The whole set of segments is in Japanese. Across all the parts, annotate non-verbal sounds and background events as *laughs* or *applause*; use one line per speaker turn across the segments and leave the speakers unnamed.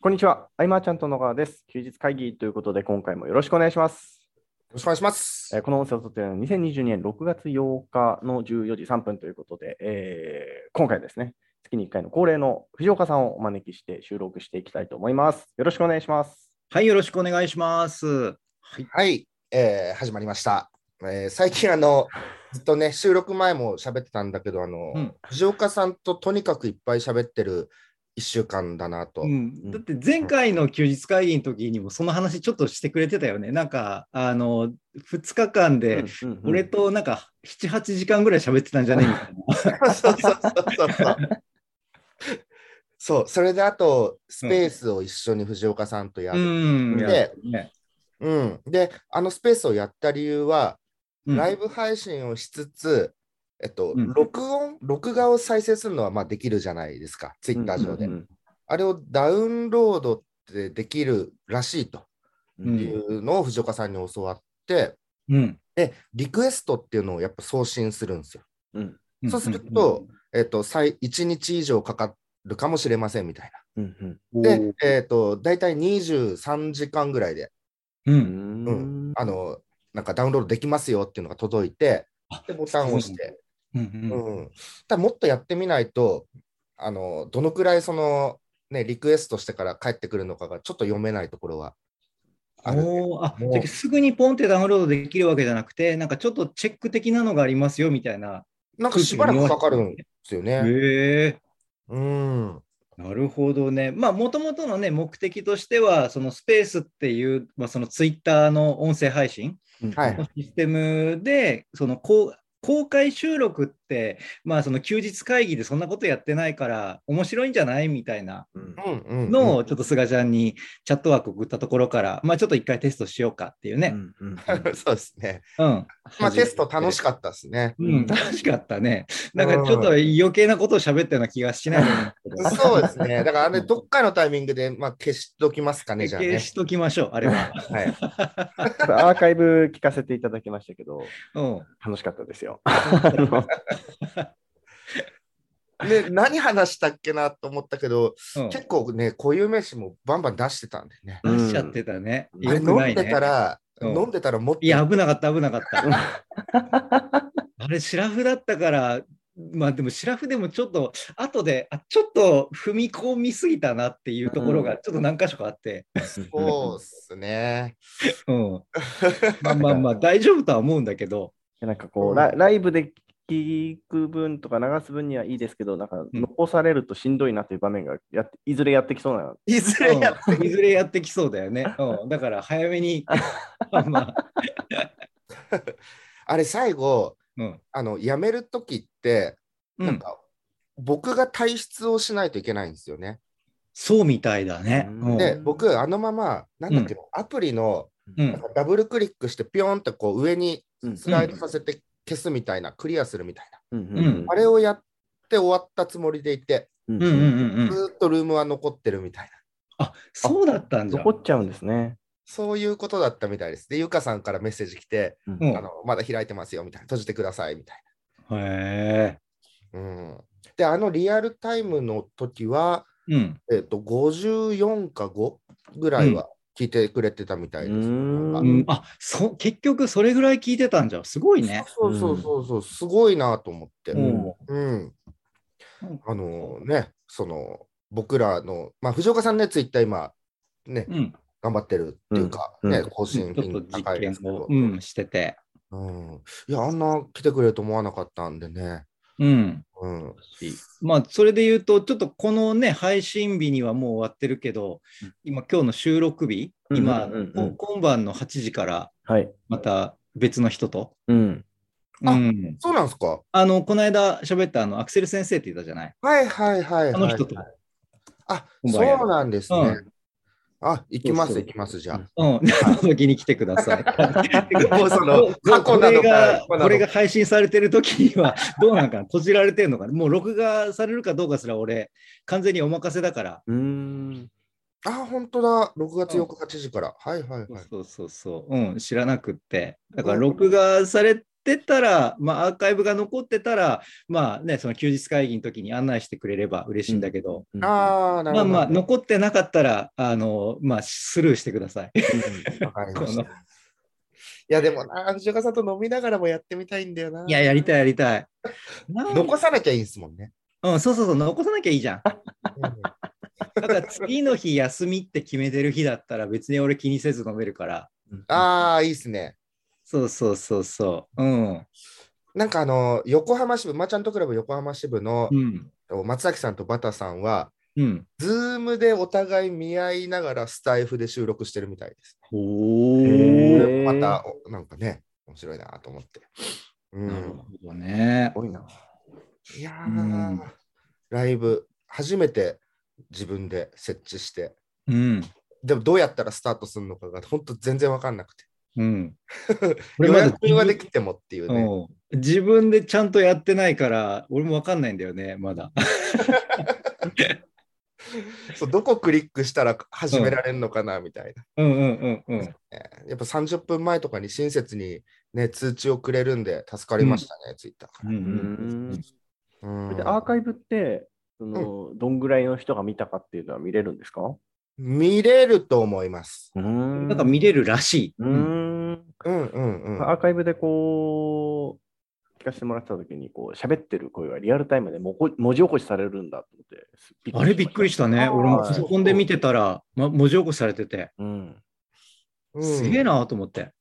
こんにちは。アイマーちゃんと野川です。休日会議ということで、今回もよろしくお願いします。
よろしくお願いします。
えーこの音声を撮っているのは2022年6月8日の14時3分ということで、えー今回ですね、月に1回の恒例の藤岡さんをお招きして収録していきたいと思います。よろしくお願いします。
はい、よろしくお願いします。
はい、えー始まりました。えー最近あの、
*laughs*
ずっとね、収録前も喋ってたんだけど、あの、
うん
藤岡さんととにかくいっぱい喋ってる1週間だなと。
うん、だって前回の休日会議の時にもその話ちょっとしてくれてたよね。なんか、あの、2日間で
うんうんうん
俺となんか7、8時間ぐらい喋ってたんじゃないみたい
そうそうそうそう。 *laughs* そう、それであと、スペースを一緒に藤岡さんとや
な。
る。
ん
で
やっぱりね
うん、で、あのスペースをやった理由は、
うん
ライブ配信をしつつ、えっと、
うん
録音、録画を再生するのはまあできるじゃないですか、ツイッター上で。
うん
あれをダウンロードってできるらしいと
うんうん
い
ん
うのを藤岡さんに教わって、
うん
で、リクエストっていうのをやっぱ送信するんですよ。
うん
ん
そうすると、えっと、最1日以上かかるかもしれませんみたい
うんうん
うん
な。で、えっと、大体23時間ぐらいで、
う
うんん
うん、あの、なんかダウンロードできますよっていうのが届いて
あ、
で、ボタンを押して、
うん
うん、ただもっとやってみないとあのどのくらいその、ね、リクエストしてから帰ってくるのかがちょっと読めないところはある、
おーあ
もう
じゃあすぐにポンってダウンロードできるわけじゃなくて、なんかちょっとチェック的なのがありますよみたいな。
なんかしばらくかかるんで
へ
すよね。
え。
うん
なるほどね。まあ、もともとのね、目的としては、そのスペースっていう、まあ、そのツイッターの音声配信
うん
はい
のシステムで、その公公開収録って、まあ、その休日会議でそんなことやってないから、面白いんじゃないみたいな
うん
うんうん
のを、ちょっと菅ちゃんにチャット枠送ったところから、まあ、ちょっと一回テストしようかっていうね。
うん
うん *laughs* そうですね。
うん。
まあテスト楽しかったですね。
うん、楽しかったね。なんかちょっと余計なことを喋ったような気がしないでもないけど。
そうですね。だからあれどっかのタイミングで、まあ、消しときますかね、じゃあ
消
ね。
しときましょう、あれは。
はい、
ちょっとアーカイブ聞かせていただきましたけど、
うん。
楽しかったです *laughs* よ。あの
で何話したっけなと思ったけど、
うん
結構ね固有名詞もバンバン出してたんでね。
うん
出しちゃってたね。
うん
あれ
よくない
飲んで
ね
た。ら、
うん
飲んでたらもっと
いや、危なかった、危なかった。あれ、シラフだったから、まあでも、シラフでもちょっと、後で、あちょっと踏み込みすぎたなっていうとこ
う
ろが、ちょっと何箇所かあって、
そうっすね。 *laughs*
うん。まあまあまあ、大丈夫とは思うんだけど、
いやなんかこ
う
う、
ん
ラライブで聞く分とか流す分にはいいですけど、なんか
ん
残されるとしんどいなという場面がやっていずれやってきそうな。
いずれや、
うんいずれやってきそうだよね。うん、だから、早
*laughs*
めに、まあまあ、
あれ最後、
うん。
あの、辞めるときって、
う
なん
ん、
か、僕が退出をしないといけないんですよね。
そうみたいだね。
うん
うん
で、僕、あのまま、なんだっけ、アプリの、
う
なん
ん、
かダブルクリックして、ピョンってこう上に
うん
スライドさせて消すみたいな、クリアするみたいな。
うん
うん
あれをやって終わったつもりでいて、
うん
うんうんうん
ず
うん。
ーっとルームは残ってるみたいな。
あそうだったんじゃん
残。っちゃうんですね。
そういうことだったみたいです。で、ゆかさんからメッセージ来て、
うん
うん
あのまだ開いてますよみたいな、閉じてくださいみたい
へ
な。うん、で、あのリアルタイムの時は、
え。うん。
えっと、54か5ぐらいは聞いてくれてたみたいです。
うーん
な
うん
か
ん、あそ結局それぐらい聞いてたんじゃんすごいね。
そうそうそうそう、すごいなと思って。
ん
うん。あのね、その、僕らの、まあ、藤岡さんね、ツイッター今、ね、
うん、
頑張ってるっていうか、
うん
ね、
うん
更
ちょ
新
っと
頻度高いで
実験
すけ
を
ど、、
うん、してて。
うん。いや、あんな来てくれると思わなかったんでね。
うん、
うん。
まあそれで言うとちょっとこのね配信日にはもう終わってるけど
うん
今今日の収録日今、
うんうんうんうん
こ今晩の8時から
はい。
また別の人と。
うん。
あ
うん、
そうなんですか
あのこの間喋ったあのアクセル先生って言ったじゃない
はいはいはい、はい。
あの人と。
あ、
今晩やる
そうなんですね。
うん
あ、行きま
そう
す
そう
行きます、じゃあ。
うん、時に来てく
*laughs*
ださい。も
うその過去なのか
これが
今なのか
これが配信されてる時にはどうなんかな閉じられてるのかなもう録画されるかどうかすら俺完全にお任せだから。
うーん。
あ、本当だ。6月
うん
4日8時から。はいはいはい。
そうそうそう、うん、知らなくって。だから
うん
録画されってたら、まあ、アーカイブが残ってたら、まあね、その休日会議の時に案内してくれれば嬉しいんだけど、
うん
ああ、なる
まあ
ほど。
まあ、残ってなかったら、あの、まあ、スルーしてください。
わかりまし
この
たいや、でもな、藤岡さんと飲みながらもやってみたいんだよな。
いや、やりたい、やりたい。
残さなきゃいいんですもんね。
うん、そうそうそう、残さなきゃいいじゃん。
うん
だから次の日休みって決めてる日だったら別に俺気にせず飲めるから。
ああ、いいですね。
そうそうそうそう。うん。
なんかあの、横浜支部、マーチャントクラブ横浜支部の
うん。
松崎さんとバタさんは、
うん。
ズームでお互い見合いながらスタイフで収録してるみたいです。
お
へ
ー。
ー
また、おなんかね、面白いなと思って。う
なるほ
ん、
どね
す。ごいな。
いやー、
うん
ライブ、初めて自分で設置して、
うん。
でもどうやったらスタートするのかが、本当全然わかんなくて。
*laughs* うん。俺
予
まだ
約はできてもっていうね。
うん自分でちゃんとやってないから、俺もわかんないんだよね、まだ。
そうどこクリックしたら始められるのかなみたいな。
*laughs* うんうんうんうん。
やっぱ30分前とかに親切に、ね、通知をくれるんで助かりましたね、ツイッターか
う
ら。
んうん
うん
それでアーカイブって、そのどんぐらいの人が見たかっていうのは見れるんですか
見れると思います。
うん
なんか見れるらしい。
うーん。
うんうんうん。
アーカイブでこう、聞かせてもらってた時に、こう、喋ってる声がリアルタイムでもこ文字起こしされるんだと思ってすっきりしました。
あれびっくりしたね。俺も
はい
パソコンで見てたら、ま、文字起こしされてて、
うん。
うん
すげえ。なと思 *laughs* って。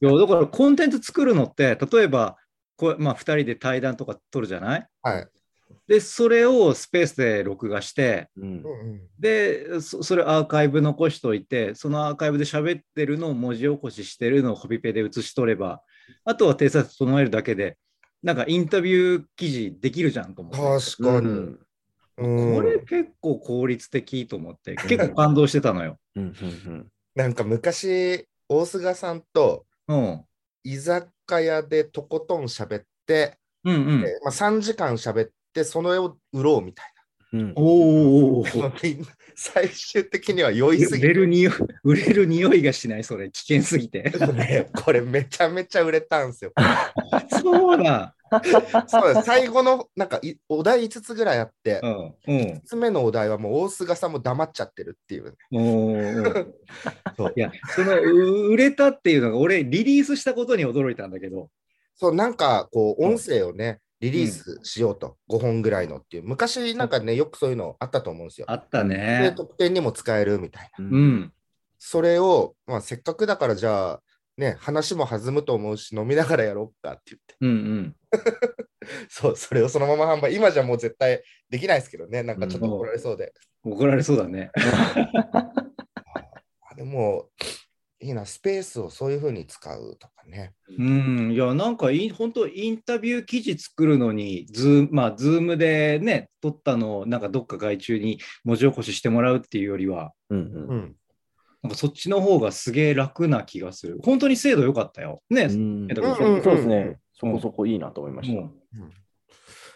いやだからコンテンツ作るのって例えばこう、まあ、2人で対談とか撮るじゃない
はい。
でそれをスペースで録画して
うん
うんうん
でそそれアーカイブ残しといてそのアーカイブで喋ってるのを文字起こししてるのをコピペで写し取ればあとは偵察整えるだけでなんかインタビュー記事できるじゃんと思って。
確かに。
うん
うん
これ結構効率的と思って結構感動してたのよ。
うんうん
なんか昔、大菅さんと
うん、
居酒屋でとことん喋って、
うん、うん
えーまあ、3時間喋って、それを売ろうみたい
うんうん
おーおーお
な。
ー
でもみんな *laughs* 最終的には酔いす
売
ぎ
れる匂い、売れる匂いがしない、それ、危険すぎて。
てね、 *laughs* これめちゃめちゃ売れたんですよ。
そうだ。
そうです最後のなんかいお題5つぐらいあって、
うん、うん
5、つ目のお題はもう大菅さんも黙っちゃってるっていう。
もう
そう。
いや、その、う売れたっていうのが、俺、リリースしたことに驚いたんだけど。
そうなんかこう音声をね、リリースしようと、5本ぐらいのっていう、昔なんかね、よくそういうのあったと思うんですよ。
あった
で、
ね。
特典にも使えるみたいな。
う
うんん。
それを、まあ、せっかくだからじゃあ、ね、話も弾むと思うし、飲みながらやろうかって言って。
うんうん。
そう、それをそのまま販売。今じゃもう絶対できないですけどね、なんかちょっと怒られそうで。
怒られそうだね。
あでも、いいな、スペースをそういうふうに使うとかね。
うん。いや、なんかいい、本当インタビュー記事作るのに、ズーム、まあ、ズームでね、撮ったのを、なんかどっか外注に文字起こししてもらうっていうよりは、
うん
う
うん
ん。
なんかそっちの方がすげえ楽な気がする。本当に精度良かったよ。ね、
うん
えっと
そうそうです
うんうんう
ね。そこそこいいなと思いました。
もう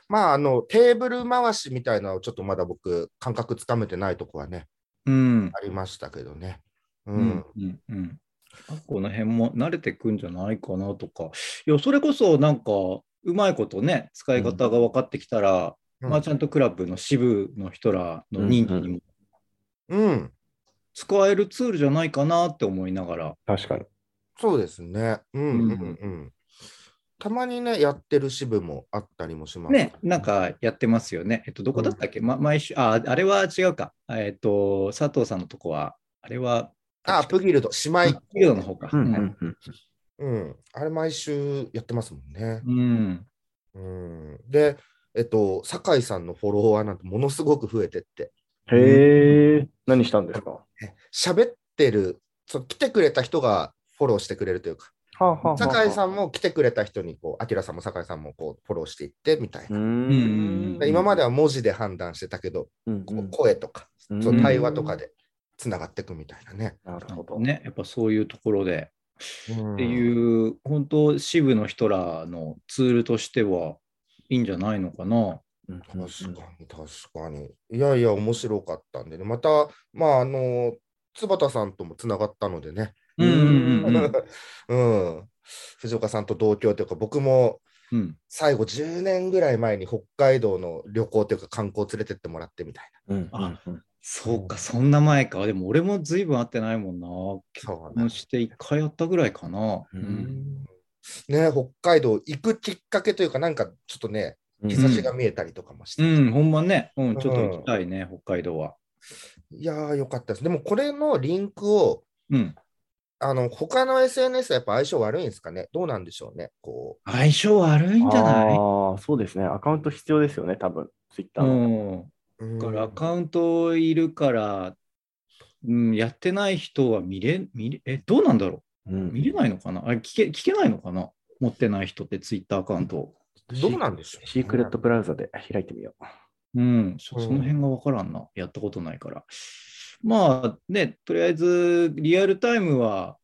まあ、あの、テーブル回しみたいなのはちょっとまだ僕、感覚つかめてないとこはね、
うん、
ありましたけどね。う
うんん。、うん。この辺も慣れてくんじゃないかなとか、いや、それこそなんか、うまいことね、使い方が分かってきたら、
うん
マーチャントクラブの支部の人らの人気にも
うん。
使えるツールじゃないかなって思いながら、
確かに。
そうですね。うんうん
うん
うん。たまにね、やってる支部もあったりもします。
ね、なんかやってますよね。えっと、どこだったっけ、ま、毎週、あ、あれは違うか。えっと、佐藤さんのとこは、あれは、
あ、プギルド、姉妹。
企業の方か。
うんう
はい
んうん
うん。あれ、毎週やってますもんね。
うん。
うん。で、えっと、酒井さんのフォロワーなんてものすごく増えてって、
へえ。何したんですかは
ね喋ってる、そう来てくれた人がフォローしてくれるというか、
あはあはあ
酒井さん。も来てくれた人に、こう、アキラさんも酒井さんもこうフォローしていってみたいうな。
ん
で今までは文字で判断してたけど、
うん
こ
う
うん声とか、
うん
そう対話とかでつながっていくみたいなね。
なる
な
ほ
んか
ど。
ね、やっぱそういうところで
っ
っていう、本当、支部の人らのツールとしてはいいんじゃないのかな。
うんうんうん。
確かに、確かに。いやいや、面白かったんでね。また、まあ、あの、津端さんともつながったのでね。
*laughs* うんうんうんうん。
うん。藤岡さんと同居というか、僕も
うん。
最後10年ぐらい前に北海道の旅行というか観光連れてってもらってみたい
うん
あ
うん
そうか、そんな前か。でも俺も随分会ってないもんな。
な。そう
結婚して1回会ったぐらいかな。
う
うんん。
ね、北海道行くきっかけというか、なんかちょっとね、
うん
日差しが見えたりとかもして、
うん、ほんまね。うん、ちょっと行きたいね、北海道は。
いやー、よかったです。でも、これのリンクを、
うん。
あの他の SNS はやっぱ相性悪いんですかね、どうなんでしょうね、こ
相性悪いんじゃない
ああ、そうですね。アカウント必要ですよね、多分ツイッター
う
の。
ん。
う。
だからアカ
ン
ウントいるから、うん、やってない人は見れ、見れ、え、どうなんだろ
う
うん見れないのかなあ聞け、聞けないのかな持ってない人ってツイッターアカウントを。
どうなんでしょう、
シークレットブラウザで開いてみよう。
うん、
う
そ
ん
その辺が分からんな。やったことないから。まあね、とりあえずリアルタイムは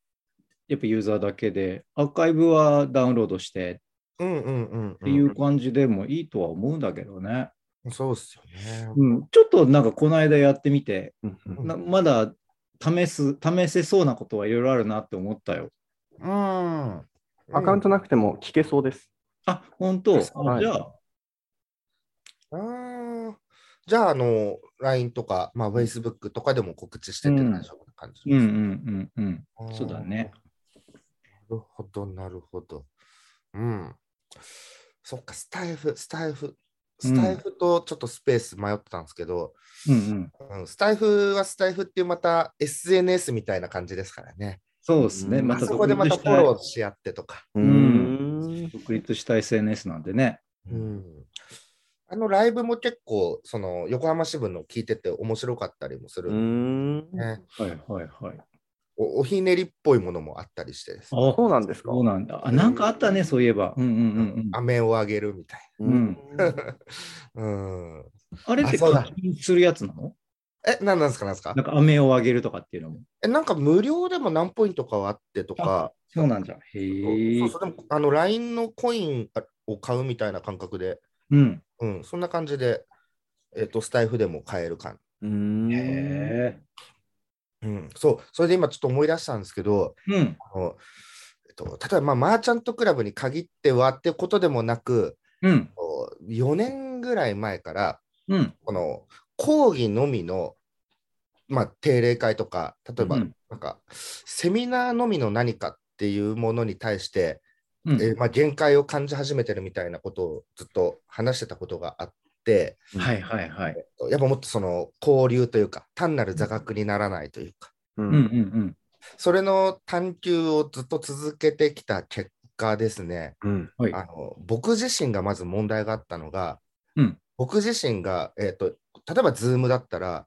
やっぱユーザーだけで、アーカイブはダウンロードして
うんうんうん、
っていう感じでもいいとは思うんだけどね。
そうですよね。
うん、ちょっとなんかこの間やってみて、
うんうん
なまだ試す、試せそうなことはいろいろあるなって思ったよ。
うん。
アカウントなくても聞けそうです。
あ、本当、
は
あ
い
じゃあ、
あーじゃあ、あの、LINE とか、まあ、Facebook とかでも告知してて
うん
大丈夫な感じ
うん
です
う
か、
んうんうん。
あー
そうだね。
なるほど、なるほど。うん。そっか、スタイフ、スタイフ、スタイフとちょっとスペース迷ってたんですけど、
うんうん。
うんスタイフはスタイフっていうまた SNS みたいな感じですからね。
そうですね。
うん
ま
あ
た
そこでまたフォローし合ってとか。
うー
ん
ん。
独立した SNS なんでね。
う
うんあのライブも結構、その横浜支部の聞いてて面白かったりもす
う
る
ー
ん
ん。
でね、
はいはいはい。
おおひねりっぽいものもあったりしてですね、
あ
そうなんですか
そうなんだ。あ、なんかあったね、そういえば。うんうんうんうん。
飴をあげるみたい
うん
な。うん、
あれって
あそうだ
課金するやつなの
え、何なんですか、なんですか
なんか飴をあげるとかっていうのも。
えなんか無料でも何ポイントかはあってとか、
そうなんじゃ。へ
そ
え
う。そうでもあの LINE のコインを買うみたいな感覚で、
うん。
うん、そんな感じで、えっとスタイフでも買える感
うーん。
へ
うん、そう、それで今ちょっと思い出したんですけど、
え。うん。
あのえっと、例えば、まあ、マーチャントクラブに限ってはってことでもなく、
うん。
こう4年ぐらい前から、
うん。
この講義のみの、まあ、定例会とか、例えば、
うん
なんか、セミナーのみの何かっていうものに対して、
うん。
えーまあ、限界を感じ始めてるみたいなことをずっと話してたことがあって、
はいはいはい。
やっぱもっとその交流というか、単なる座学にならないというか、
う
うんうんうん。
それの探求をずっと続けてきた結果ですね、
うん。
はい。
あの僕自身がまず問題があったのが、
うん
僕自身が、えー、と例えば Zoom だったら、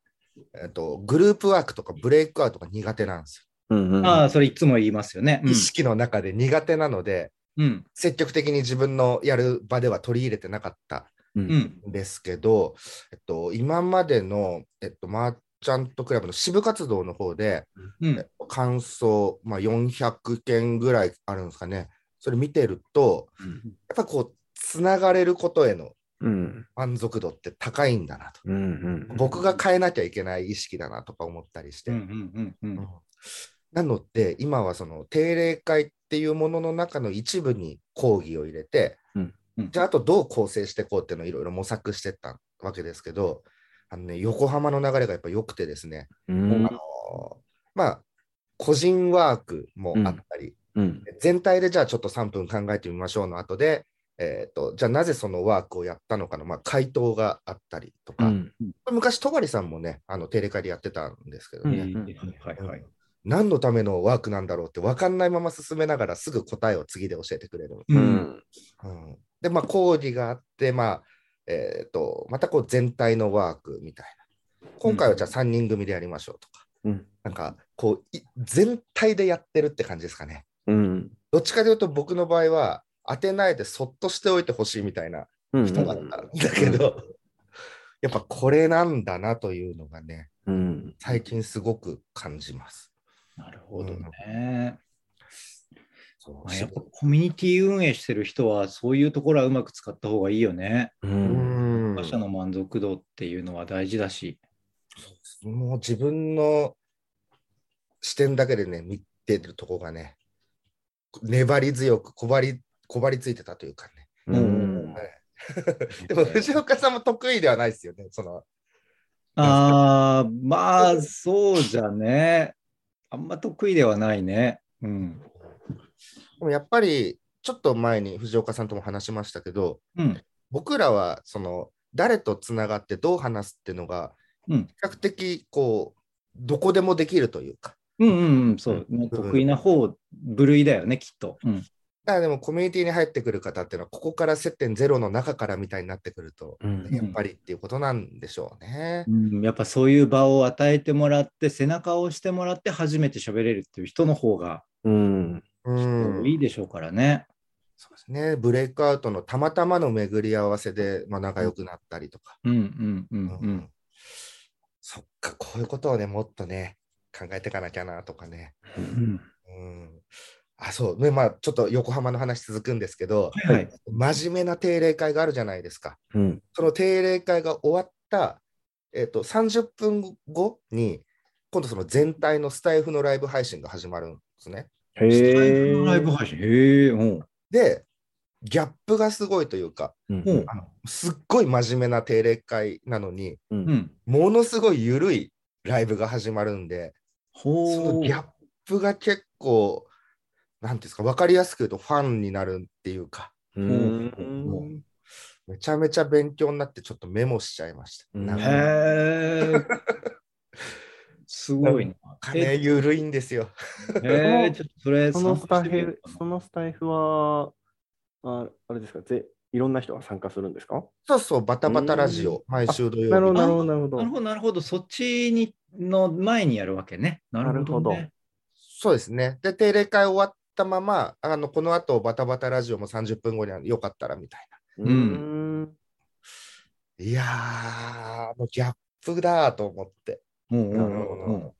えーと、グループワークとかブレイクアウトが苦手なんです
うんうん。
ああ、それいつも言いますよね。
よ。意識の中で苦手なので、
うん。うん。
積極的に自分のやる場では取り入れてなかった
う。
うんん。
んですけど、えっと、今までの、えっと、マーチャントクラブの支部活動の方で、
うん。
感想、まあ、400件ぐらいあるんですかね、それ見てると、やっぱこう、つながれることへの
うん。
満足度って高いんだなと。
うんうん。
僕が変えなきゃいけない意識だなとか思ったりして。
うんうんうん
うん
うん。
なので、今はその定例会っていうものの中の一部に講義を入れて、
うん
うん
じゃああとどう構成していこうっていうのをいろいろ模索してったわけですけど、あのね、横浜の流れがやっぱ良くてですね、
うん
あのまあ、個人ワークもあったり、
うん。
全体でじゃあちょっと3分考えてみましょうの後で、えー、とじゃあなぜそのワークをやったのかの、まあ、回答があったりと
う
か、
ん。
これ昔、戸張さんもね、あの定例会でやってたんですけど
はい
ね、
はいはい。
何のためのワークなんだろうって分かんないまま進めながら、すぐ答えを次で教えてくれる。
う
うんん。
うんで、まあ、講義があって、まあえー、とまたこう全体のワークみたいな。今回はじゃあ3人組でやりましょうとか、
うん。
なんかこうい全体でやってるって感じですかね。
うん。
どっちかというと僕の場合は当てないでそっとしておいてほしいみたいな
うん。
人だったんだけど、やっぱこれなんだなというのがね、
うん。
最近すごく感じます。
なるほどね。
そう
まあやっぱコミュニティ運営してる人は、そういうところはうまく使った方がいいよね。
う。
うんん
他者の満足度っていうのは大事だし。
もう自分の視点だけでね、見てるとこがね、粘り強く、こばり、こばりついてたというかね。
うん
うん
でも、藤岡さんも得意ではないですよね。その、
ああ、まあ、そうじゃね。あんま得意ではないね。うん。
でもやっぱり、ちょっと前に藤岡さんとも話しましたけど、
うん。
僕らは、その、誰とつながってどう話すっていうのが、
うん
比較的、こう、どこでもできるというか。
うんうんうん、そう。ね得意な方、部類だよね、きっと。うん。
だからでもコミュニティに入ってくる方っていうのはここから接点ゼロの中からみたいになってくると、
うん
やっぱりっていうことなんでしょうね。
うんやっぱそういう場を与えてもらって、背中を押してもらって、初めて喋れるっていう人の方が
うん
うん
いいでしょうからね。
そうですね。ブレイクアウトのたまたまの巡り合わせで、まあ、仲良くなったりとか、
うんうんうんう
うんん。そっか、こういうことをね、もっとね、考えていかなきゃなとかね。
うん
うん、あ、そう、ね、まあ、ちょっと横浜の話続くんですけど、
はいはい。
真面目な定例会があるじゃないですか。
うん
その定例会が終わった、えっと30分後に、今度その全体のスタイフのライブ配信が始まるんですね。
へえ。
ライブ配信。へえ、うん。
で、ギャップがすごいというか、
うん
うん
すっごい真面目な定例会なのに、
うん。
ものすごい緩いライブが始まるんで、その
ほう
ギ。ャップが結構、なんていうんですか、分かりやすく言うとファンになるっていうか、
うん
もうめちゃめちゃ勉強になって、ちょっとメモしちゃいました。
うん
なんか
へえ。すごいな。
金緩いんですよ。
へえ、ちょっとそれ、
そのスタ
参加してみよう
イ
か
フ、
な
そのスタイフは、ああれですか、ぜいろんな人が参加するんですか
そうそう、バタバタラジオ、毎週土曜日。
なるほど、なるほど、なるほ
な
ど。
るほど、なるほど。そっちにの前にやるわけね。なるほど、ね。
そうですね。で、定例会終わったまま、あのこの後バタバタラジオも30分後にはよかったらみたい
うんん。
な。いやー、あのギャップだーと思って。
うんう
なる
ん
ほ
う
ど
んうん。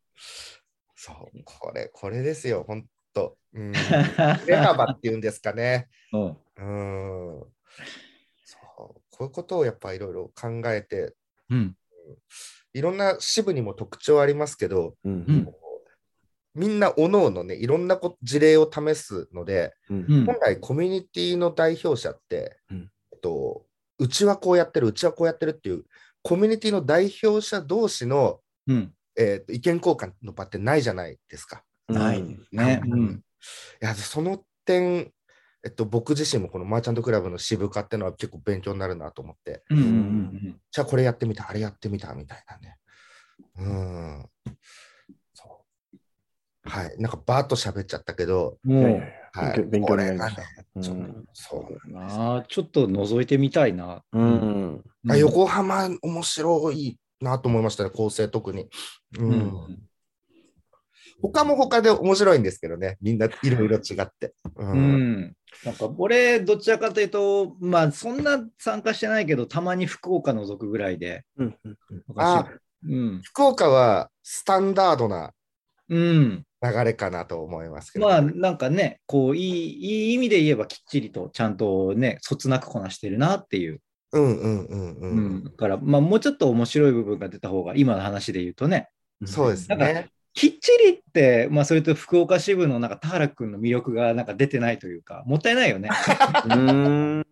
そう、これ、これですよ、ほんと。
*laughs*
うん。振れ幅っていうんですかね。
うん
うん。そう、こういうことをやっぱいろいろ考えて、
うん
いろんな支部にも特徴ありますけど、
う。
うんん
みんな各々ね、いろんなこ事例を試すので、
うん。
うん
本来コミュニティの代表者って、
うん
えっと、うちはこうやってる、うちはこうやってるっていう、コミュニティの代表者同士の、
うん
えっと意見交換の場ってないじゃないですか。
ないですね。
う
うんん
いやその点、えっと、僕自身もこのマーチャントクラブの支部化っていうのは結構勉強になるなと思って、
うんうん
じゃあこれやってみた、あれやってみたみたいなね。うん。そう。はい。なんかバーッと喋っちゃったけど、
うんうん。
いやい
も
やいう勉
は
強勉強になりました
これがね
うん
ちょっとそう
なあちょっと覗いてみたいな。
や。うん。
あ横浜面白いなと思いましたね、構成特に。うん
うんうん
他も他で面白いんですけどね、みんないろいろ違って。うん
うんなんか俺、どちらかというと、まあそんな参加してないけど、たまに福岡覗くぐらいで。
うん。
あ
うん。
福岡はスタンダードな
うん。
流れかなと思いますけど、
まあなんかね、こういい、いい意味で言えばきっちりとちゃんとね、そつなくこなしてるなっていう。
うんうんうんう、
うんん。だから、まあもうちょっと面白い部分が出た方が、今の話で言うとね、
そうです
なん
ね。
きっちりって、まあそれと福岡支部のなんか田原君の魅力がなんか出てないというか、もったいないよね。
うん。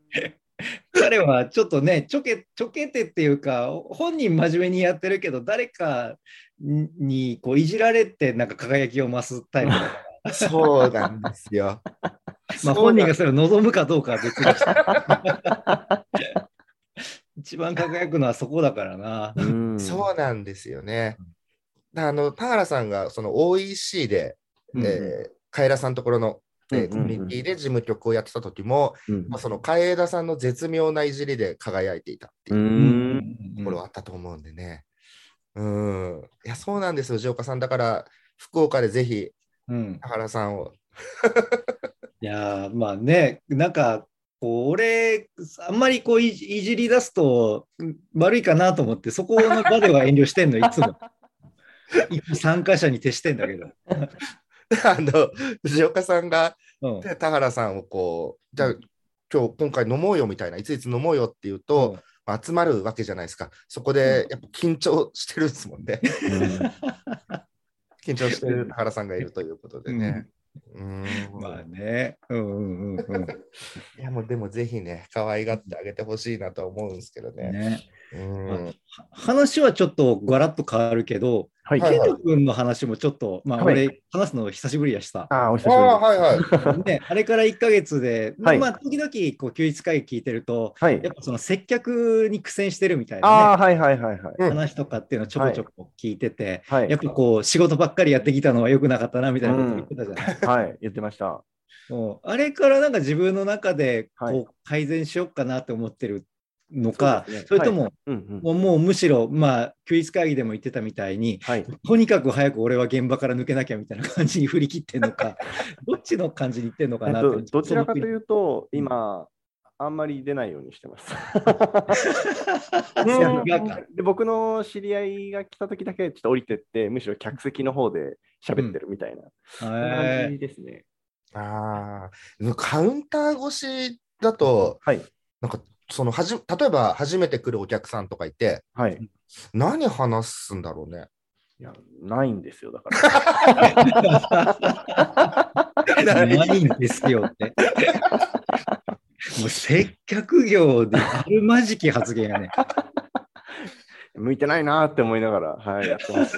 彼はちょっとねちょけちょけてっていうか本人真面目にやってるけど誰かにこういじられてなんか輝きを増すタイプだから
そうなんですよ。
*laughs* まあ
そう
本
なん
人がそれを望むかどうかは別にして
*laughs*
一番輝くのはそこだからな。
うん。
そうなんですよね。だあの田原さんがその OEC で、
うん
えーカエラさんところの、えー
うんうんうん
コミュニティで事務局をやってた時も、
うん
まあ、その海江田さんの絶妙ないじりで輝いていたって
う
いう
うん。
ところはあったと思うんでね。うん、いや、そうなんですよ、藤岡さん。だから、福岡でぜひ、
うん
田原さんを。 *laughs*
いやーまあねなんかこう俺あんまりこういじいじり出すとうん悪いかなと思ってそこの場では遠慮してんのいつ
*laughs*
も一参加者に徹してんだけど、
あの、藤岡さんが、
うん、
で田原さんをこう、じゃあ、今日、今回飲もうよみたいな、いついつ飲もうよって言うと、まあ集まるわけじゃないですか。そこで、やっぱ緊張してるん *laughs* ですもんね。緊張してる田原さんがいるということでね。うんうん
まあね。うんうんうんうん。
いやもうでもぜひね、可愛がってあげてほしいなとは思うんですけどね。
ね
うん
まあは話はちょっとガラッと変わるけど、
はい。
はい
ケイ
はい
ト君の話もちょっと、まあ、
はい
俺、話すの久しぶりやしさ、
ああ、お久し
あ
ぶり
あ、
で
はいはい。
ね、あれから1ヶ月で、
*laughs* はい
まあ、時々こう休日会議聞いてると、
す。はい
やっ。ぱその接客に苦戦してるみたい
あ
な、
あ、
ね、
はいはいはいはい。
うん
話とかっていうのをちょこちょこ聞いてて、
はい
やっぱこう、仕事ばっかりやってきたのは良くなかったなみたいなこと言ってたじゃない、
はい、言ってました。
もうあれからなんか自分の中で
は
こ
いう
改善しようかなって思ってるのか、
そうですね
それとも、
うんうん。
もうもうむしろ、まあ、休日会議でも言ってたみたいに、
はい。
とにかく早く俺は現場から抜けなきゃみたいな感じに振り切ってん
*laughs*
のか、どっちの感じにいってんのか
えっ
なっ
と
て。
どちらかと
う。
いうと、今、あんまり出ないようにして
*laughs*
ます。
うん
違うか
で僕の知り合いが来た時だけちょっと降りてって、むしろ客席の方で喋ってるみたいな
へ
感
ー
じですね。
*laughs* ああ、カウンター越しだと、
はい。
なんかそのはじ、例えば初めて来るお客さんとかいて、
はい。
何話すんだろうね。
いや、ないんですよ、だから。 *laughs*
*laughs* ないんですよって。もう接客業であるまじき発言やね。
向いてないなーって思いながら、はい、やってます。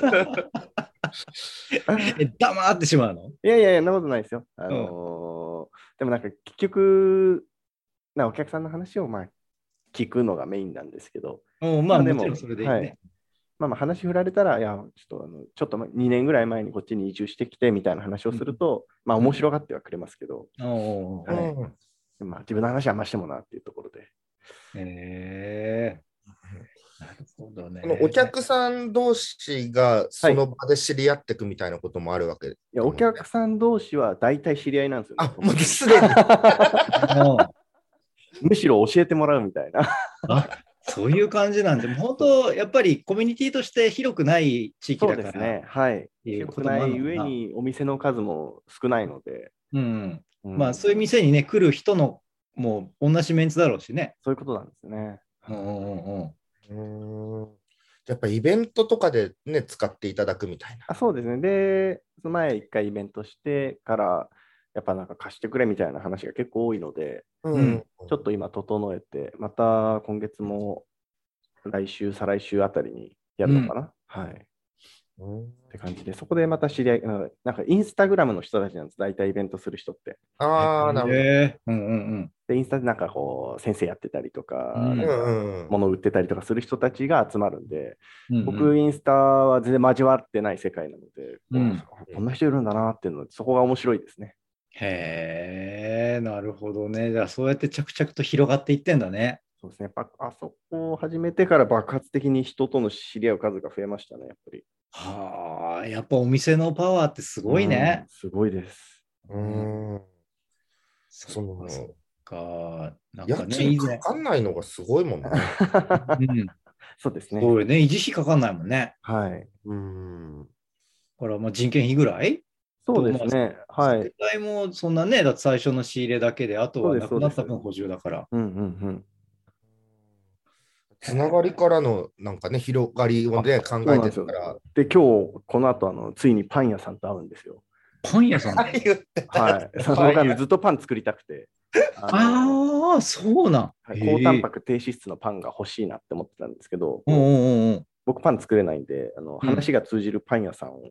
え黙ってしまうの
いやいやいや、そんなことないですよ。あのーでもなんか結局、なお客さんの話をまあ聞くのがメインなんですけど、
うん、まあ、
まあでも
もちろんそれでいいね。
まあまあ話振られたら、いや、ちょっとあのちょっと2年ぐらい前にこっちに移住してきてみたいな話をすると、まあ面白がってはくれますけど、
おうおう
は
おう
い
うん
まあ自分の話はあんましてもなっていうところで。
へえ。なるほどね
あのお客さん同士がその場で知り合っていくみたいなこともあるわけ、い
いや、お客さん同士は大体知り合いなんですよ、ね。
あもうすでに
うん
むしろ教えてもらうみたいな。
そういう感じなんで、もう本当、やっぱりコミュニティとして広くない地域
そう
だ
で
か
す
ら。
ね。はい。
ていうこ
少
ともあ
な
るのかない
上にお店の数も少ないので、
うん
うん
まあ、そういう店にね、来る人の、もう同じメンツだろうしね。
そういうことなんですね。
うんうんうんうん
うんやっぱイベントとかでね、使っていただくみたいな。
あそうですね。で、その前一回イベントしてから、やっぱなんか貸してくれみたいな話が結構多いので、
うん
ちょっと今整えて、また今月も来週、再来週あたりにやるのかな、はい。
うん
って感じで、そこでまた知り合い、うんなんかインスタグラムの人たちなんです、大体イベントする人って。
ああ、なる
へえうんうん
で、インスタでなんかこう、先生やってたりとか、
うん
なん
ほど。
か
うんうん
物売ってたりとかする人たちが集まるんで、
うん。
僕、インスタは全然交わってない世界なので、
うん
こうこんな人いるんだなっていうの、そこが面白いですね。
へえ、なるほどね。じゃあ、そうやって着々と広がっていってんだね。
そうですね、ばあそこを始めてから爆発的に人との知り合う数が増えましたね、やっぱり。す
はあ、やっぱお店のパワーってすごいね。。
すごいです。
うん
そ
その
っか。なん
家
かね、
賃
以前
か。かんないのがすごいもんね。
うん、
*laughs* そうですね。
そうよね。維持費かかんないもんね。
はい。
うん
これはもう人件費ぐらい
そうですね。はい。
世代もそんなね、だって最初の仕入れだけで、あと
そう
は
で
な
す
くなった
そうです
分補充だから。
うんうん
つながりからのなんかね、広がりをね、考
うん。
え
なん
て
です
た
よ
から。
で、今日、この後、あの、ついにパン屋さんと会うんですよ。
パン屋さんだ。
言って
はい。
*laughs*
その
パン屋
間ずっとパン作りたくて。あの
ああ、そうなん。
はい高タン
へ
パク低脂質のパンが欲しいなって思ってたんですけど、
えうんうんうんうん。
僕パン作れないんで、あの
うん
話が通じるパン屋さんを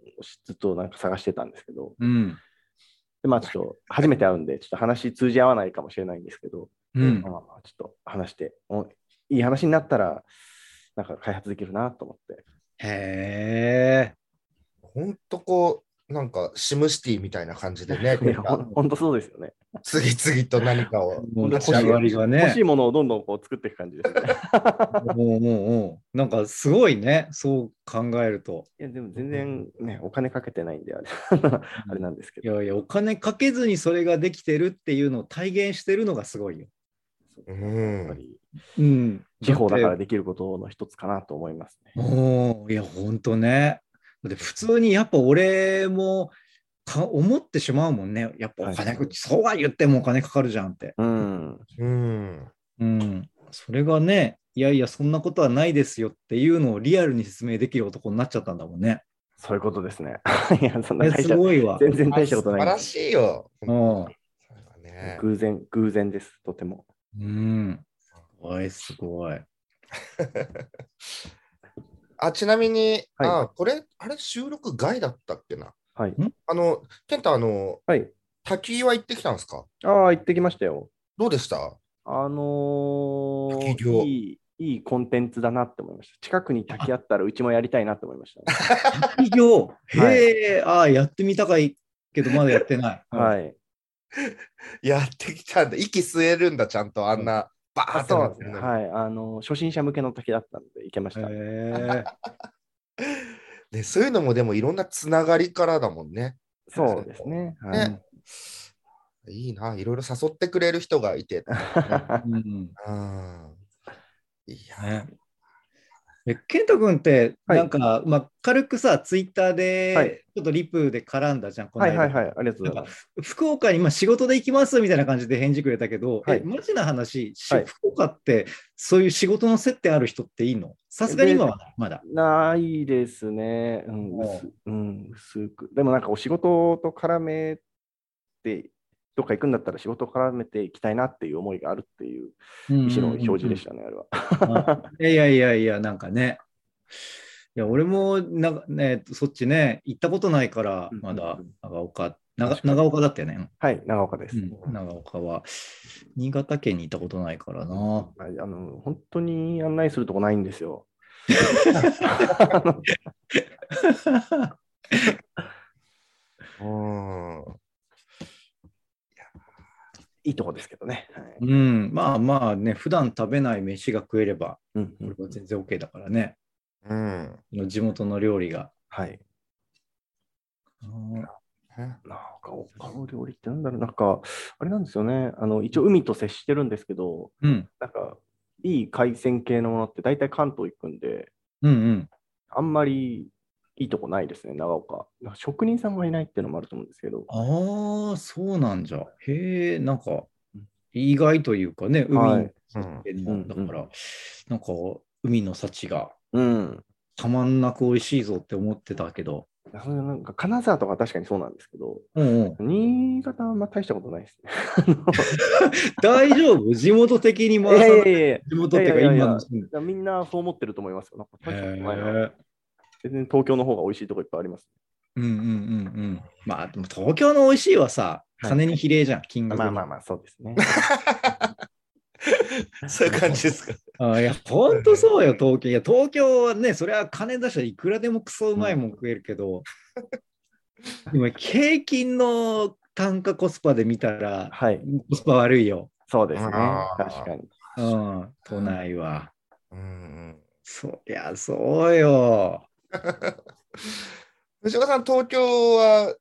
ずっとなんか探してたんですけど、
うん。
でまあちょっと初めて会うんで、ちょっと話通じ合わないかもしれないんですけど、
うん
まあ、まあまあちょっと話して、おいい話になったら、なんか開発できるなと思って。
へえ。
ほんとこう、なんかシムシティみたいな感じでね、
いや、 *laughs* ほんほんとそうですよね。
次々と何かを。
もう
欲
立
しい
ち上がりがね。
欲しいものをどんどんこう作っていく感じですね。
もうもうもう。なんかすごいね。そう考えると。
いや、でも全然ね、お金かけてないんで、あれ *laughs* あれなんですけ
い
ど。
やいや、お金かけずにそれができてるっていうのを体現してるのがすごいよ。
う
やっぱ
ん、
り
うん。
地方だからできることの一つかなと思いますね。
おーいや、ほんとね。だって普通にやっぱ俺もか思ってしまうもんね。やっぱお金、
はい
そうは言ってもお金かかるじゃんって。
うん。
うん、
うん。それがね、いやいや、そんなことはないですよっていうのをリアルに説明できる男になっちゃったんだもんね。
そういうことですね。 *laughs* いや、そんな
え
大し
す
た、
ごいわ。
全然大したことない
素晴
ん
ら
です。
しいよ。
うん
それはね
偶然、偶然です、とても。
うん。おい、す
*laughs*
ごい。
あちなみに、
はい
あこれ、あれ、収録外だったっけな
はい。
あの、健太、あの、
はい。
滝は行ってきたんですか
ああ、行ってきましたよ。
どうでした
あの
滝行
ー、いい、いいコンテンツだなって思いました。近くに滝あったら、うちもやりたいなって思いました。
企業へえ、ああ、やってみたかいけど、まだやってない。
*laughs* はい。
やってきたんだ。息吸えるんだ、ちゃんと。あんな、バー
あ、
って
そう
な
なん
っ
です
てる
ね。
のに
はい。あのー、初心者向けの滝だったので、行けまし
へ
た。
え。
ねそういうのも、でも、いろんなつながりからだもんね。
そうですね。はい。 *laughs*
ねいいな、いろいろ誘ってくれる人がい
*laughs*
て。
う
う
ん
んいや、
ねえ健太君って、
はい
なんか、まあ、軽くさ、ツイッター
はい
で、ちょっとリプで絡んだじゃん、この
はい
間
はいはい。ありがとうございます。
福岡に、まあ、仕事で行きますみたいな感じで返事くれたけど、
はい
えマジな話、し
はい
福岡って、そういう仕事の接点ある人っていいのさすがに今はまだ。
ないですね。うん、
おう
薄うん、薄く。でもなんかお仕事と絡めて、どっか行くんだったら仕事絡めていきたいなっていう思いがあるっていう意思の表示でしたね、あれは。
いやいやいやいや、なんかね。いや、俺もなんか、ね、そっちね、行ったことないから
うん、
まだ
うん
長岡、長
確かに
長岡だってね、
はい、長岡です。
うん長岡は、新潟県に行ったことないからな。
*laughs* はいあの本当に案内するとこないんです
*laughs*
よ。 *laughs*
うん。
いいとこですけどね。はい
うん、まあまあね、普段食べない飯が食えれば、
うんう
俺
ん
は全然 OK だからね、
うん。
地元の料理が。
はい。
うん
なんか岡の料理ってなんだろう、なんか、あれなんですよね。あの一応海と接してるんですけど、
うん、
なんか、いい海鮮系のものって大体関東行くんで、
うん、
あんまりいいとこないですね、長岡。なんか職人さんがいないっていうのもあると思うんですけど、
ああ、そうなんじゃ。へえ、なんか、意外というかね、海、
はい
*laughs*
うん
でも
うん
だから、なんか海の幸が
うん。
たまんなく美味しいぞって思ってたけど、
それなんか金沢とか確かにそうなんですけど、
うんうん、
新潟はあんま大したことないですね。
*laughs*
*laughs*
大丈夫地元的に
*laughs* い
回さ
や
ない
いやいや
地元っていうか
いやいやいや
今の住んで
いやみんなそう思ってると思いますよ。なんか大したことないな
へえ
全然東京の方が美味しいとこいっぱいあります。
うんうんうんうん。まあ、でも東京の美味しいはさ、
はい
金に比例じゃん、金額に。
まあまあまあ、そうですね。
そういう感じですか。
あいや、ほんとそうよ、東京。いや、東京はね、それは金出したらいくらでもクソうまいもん食える
*laughs*
けど、でも平均の単価コスパで見たら、
はい、
コスパ悪いよ。
そうですね。
あー
確かに。
うん、都内は。
うん
そりゃそうよ。
藤岡さん、東京は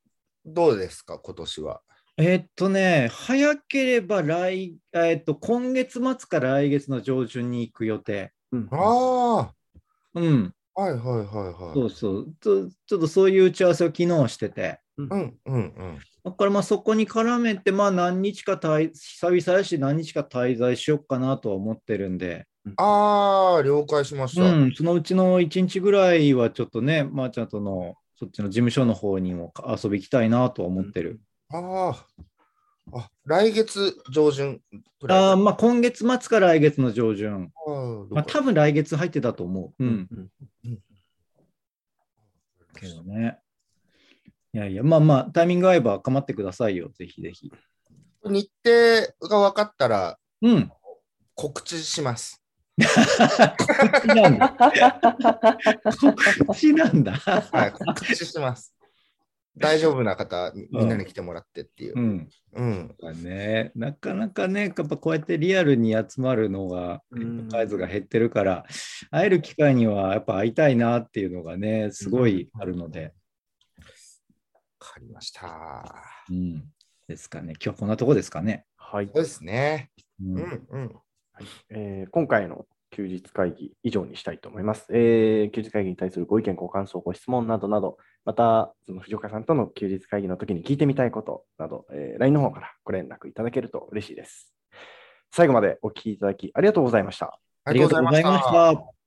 どうですか、今年は。
えっとね、早ければ来、えっと、今月末か来月の上旬に行く予定。
うん
ああ、
うん、
はいはいはい
そ
は
う
い。
そう。ちょちょっとそういう打ち合わせを昨日してて。
うんうんうん。
だからまあそこに絡めて、まあ何日か滞、久々やし何日か滞在しようかなとは思ってるんで、
ああ、了解しました。
うん、そのうちの1日ぐらいはちょっとね、まー、ちゃんとの、そっちの事務所の方にも遊び行きたいなとは思ってる。
ああ、あ来月上旬くらい。
あーまあ今月末か来月の上旬。
あー
まあ、多分来月入ってたと思う。う
うんん。うん
けどね。いやいや、まあまあ、タイミング合えば構ってくださいよ、ぜひぜひ。
日程が分かったら
うん。
告知します。
告知なんだ。 *laughs* 告知なんだ。
はい、告知します。大丈夫な方、みみんなに来てもらってっていうう。
ん。
うん。
まあね、なかなかね、やっぱこうやってリアルに集まるのが、
うん
数が減ってるから、会える機会にはやっぱ会いたいなっていうのがね、すごいあるので。
わかりました。そ
うん。ですかね。今日こんなとこですかね。
はい、
うですね。
う
うん
ん。
うん。
えー今回の休日会議以上にしたいと思います、えー休日会議に対するご意見、ご感想、ご質問などなど、また、その藤岡さんとの休日会議の時に聞いてみたいことなど、えー LINE の方からご連絡いただけると嬉しいです。最後までお聞きいただきありがとうございました。
ありがとうございました。
た。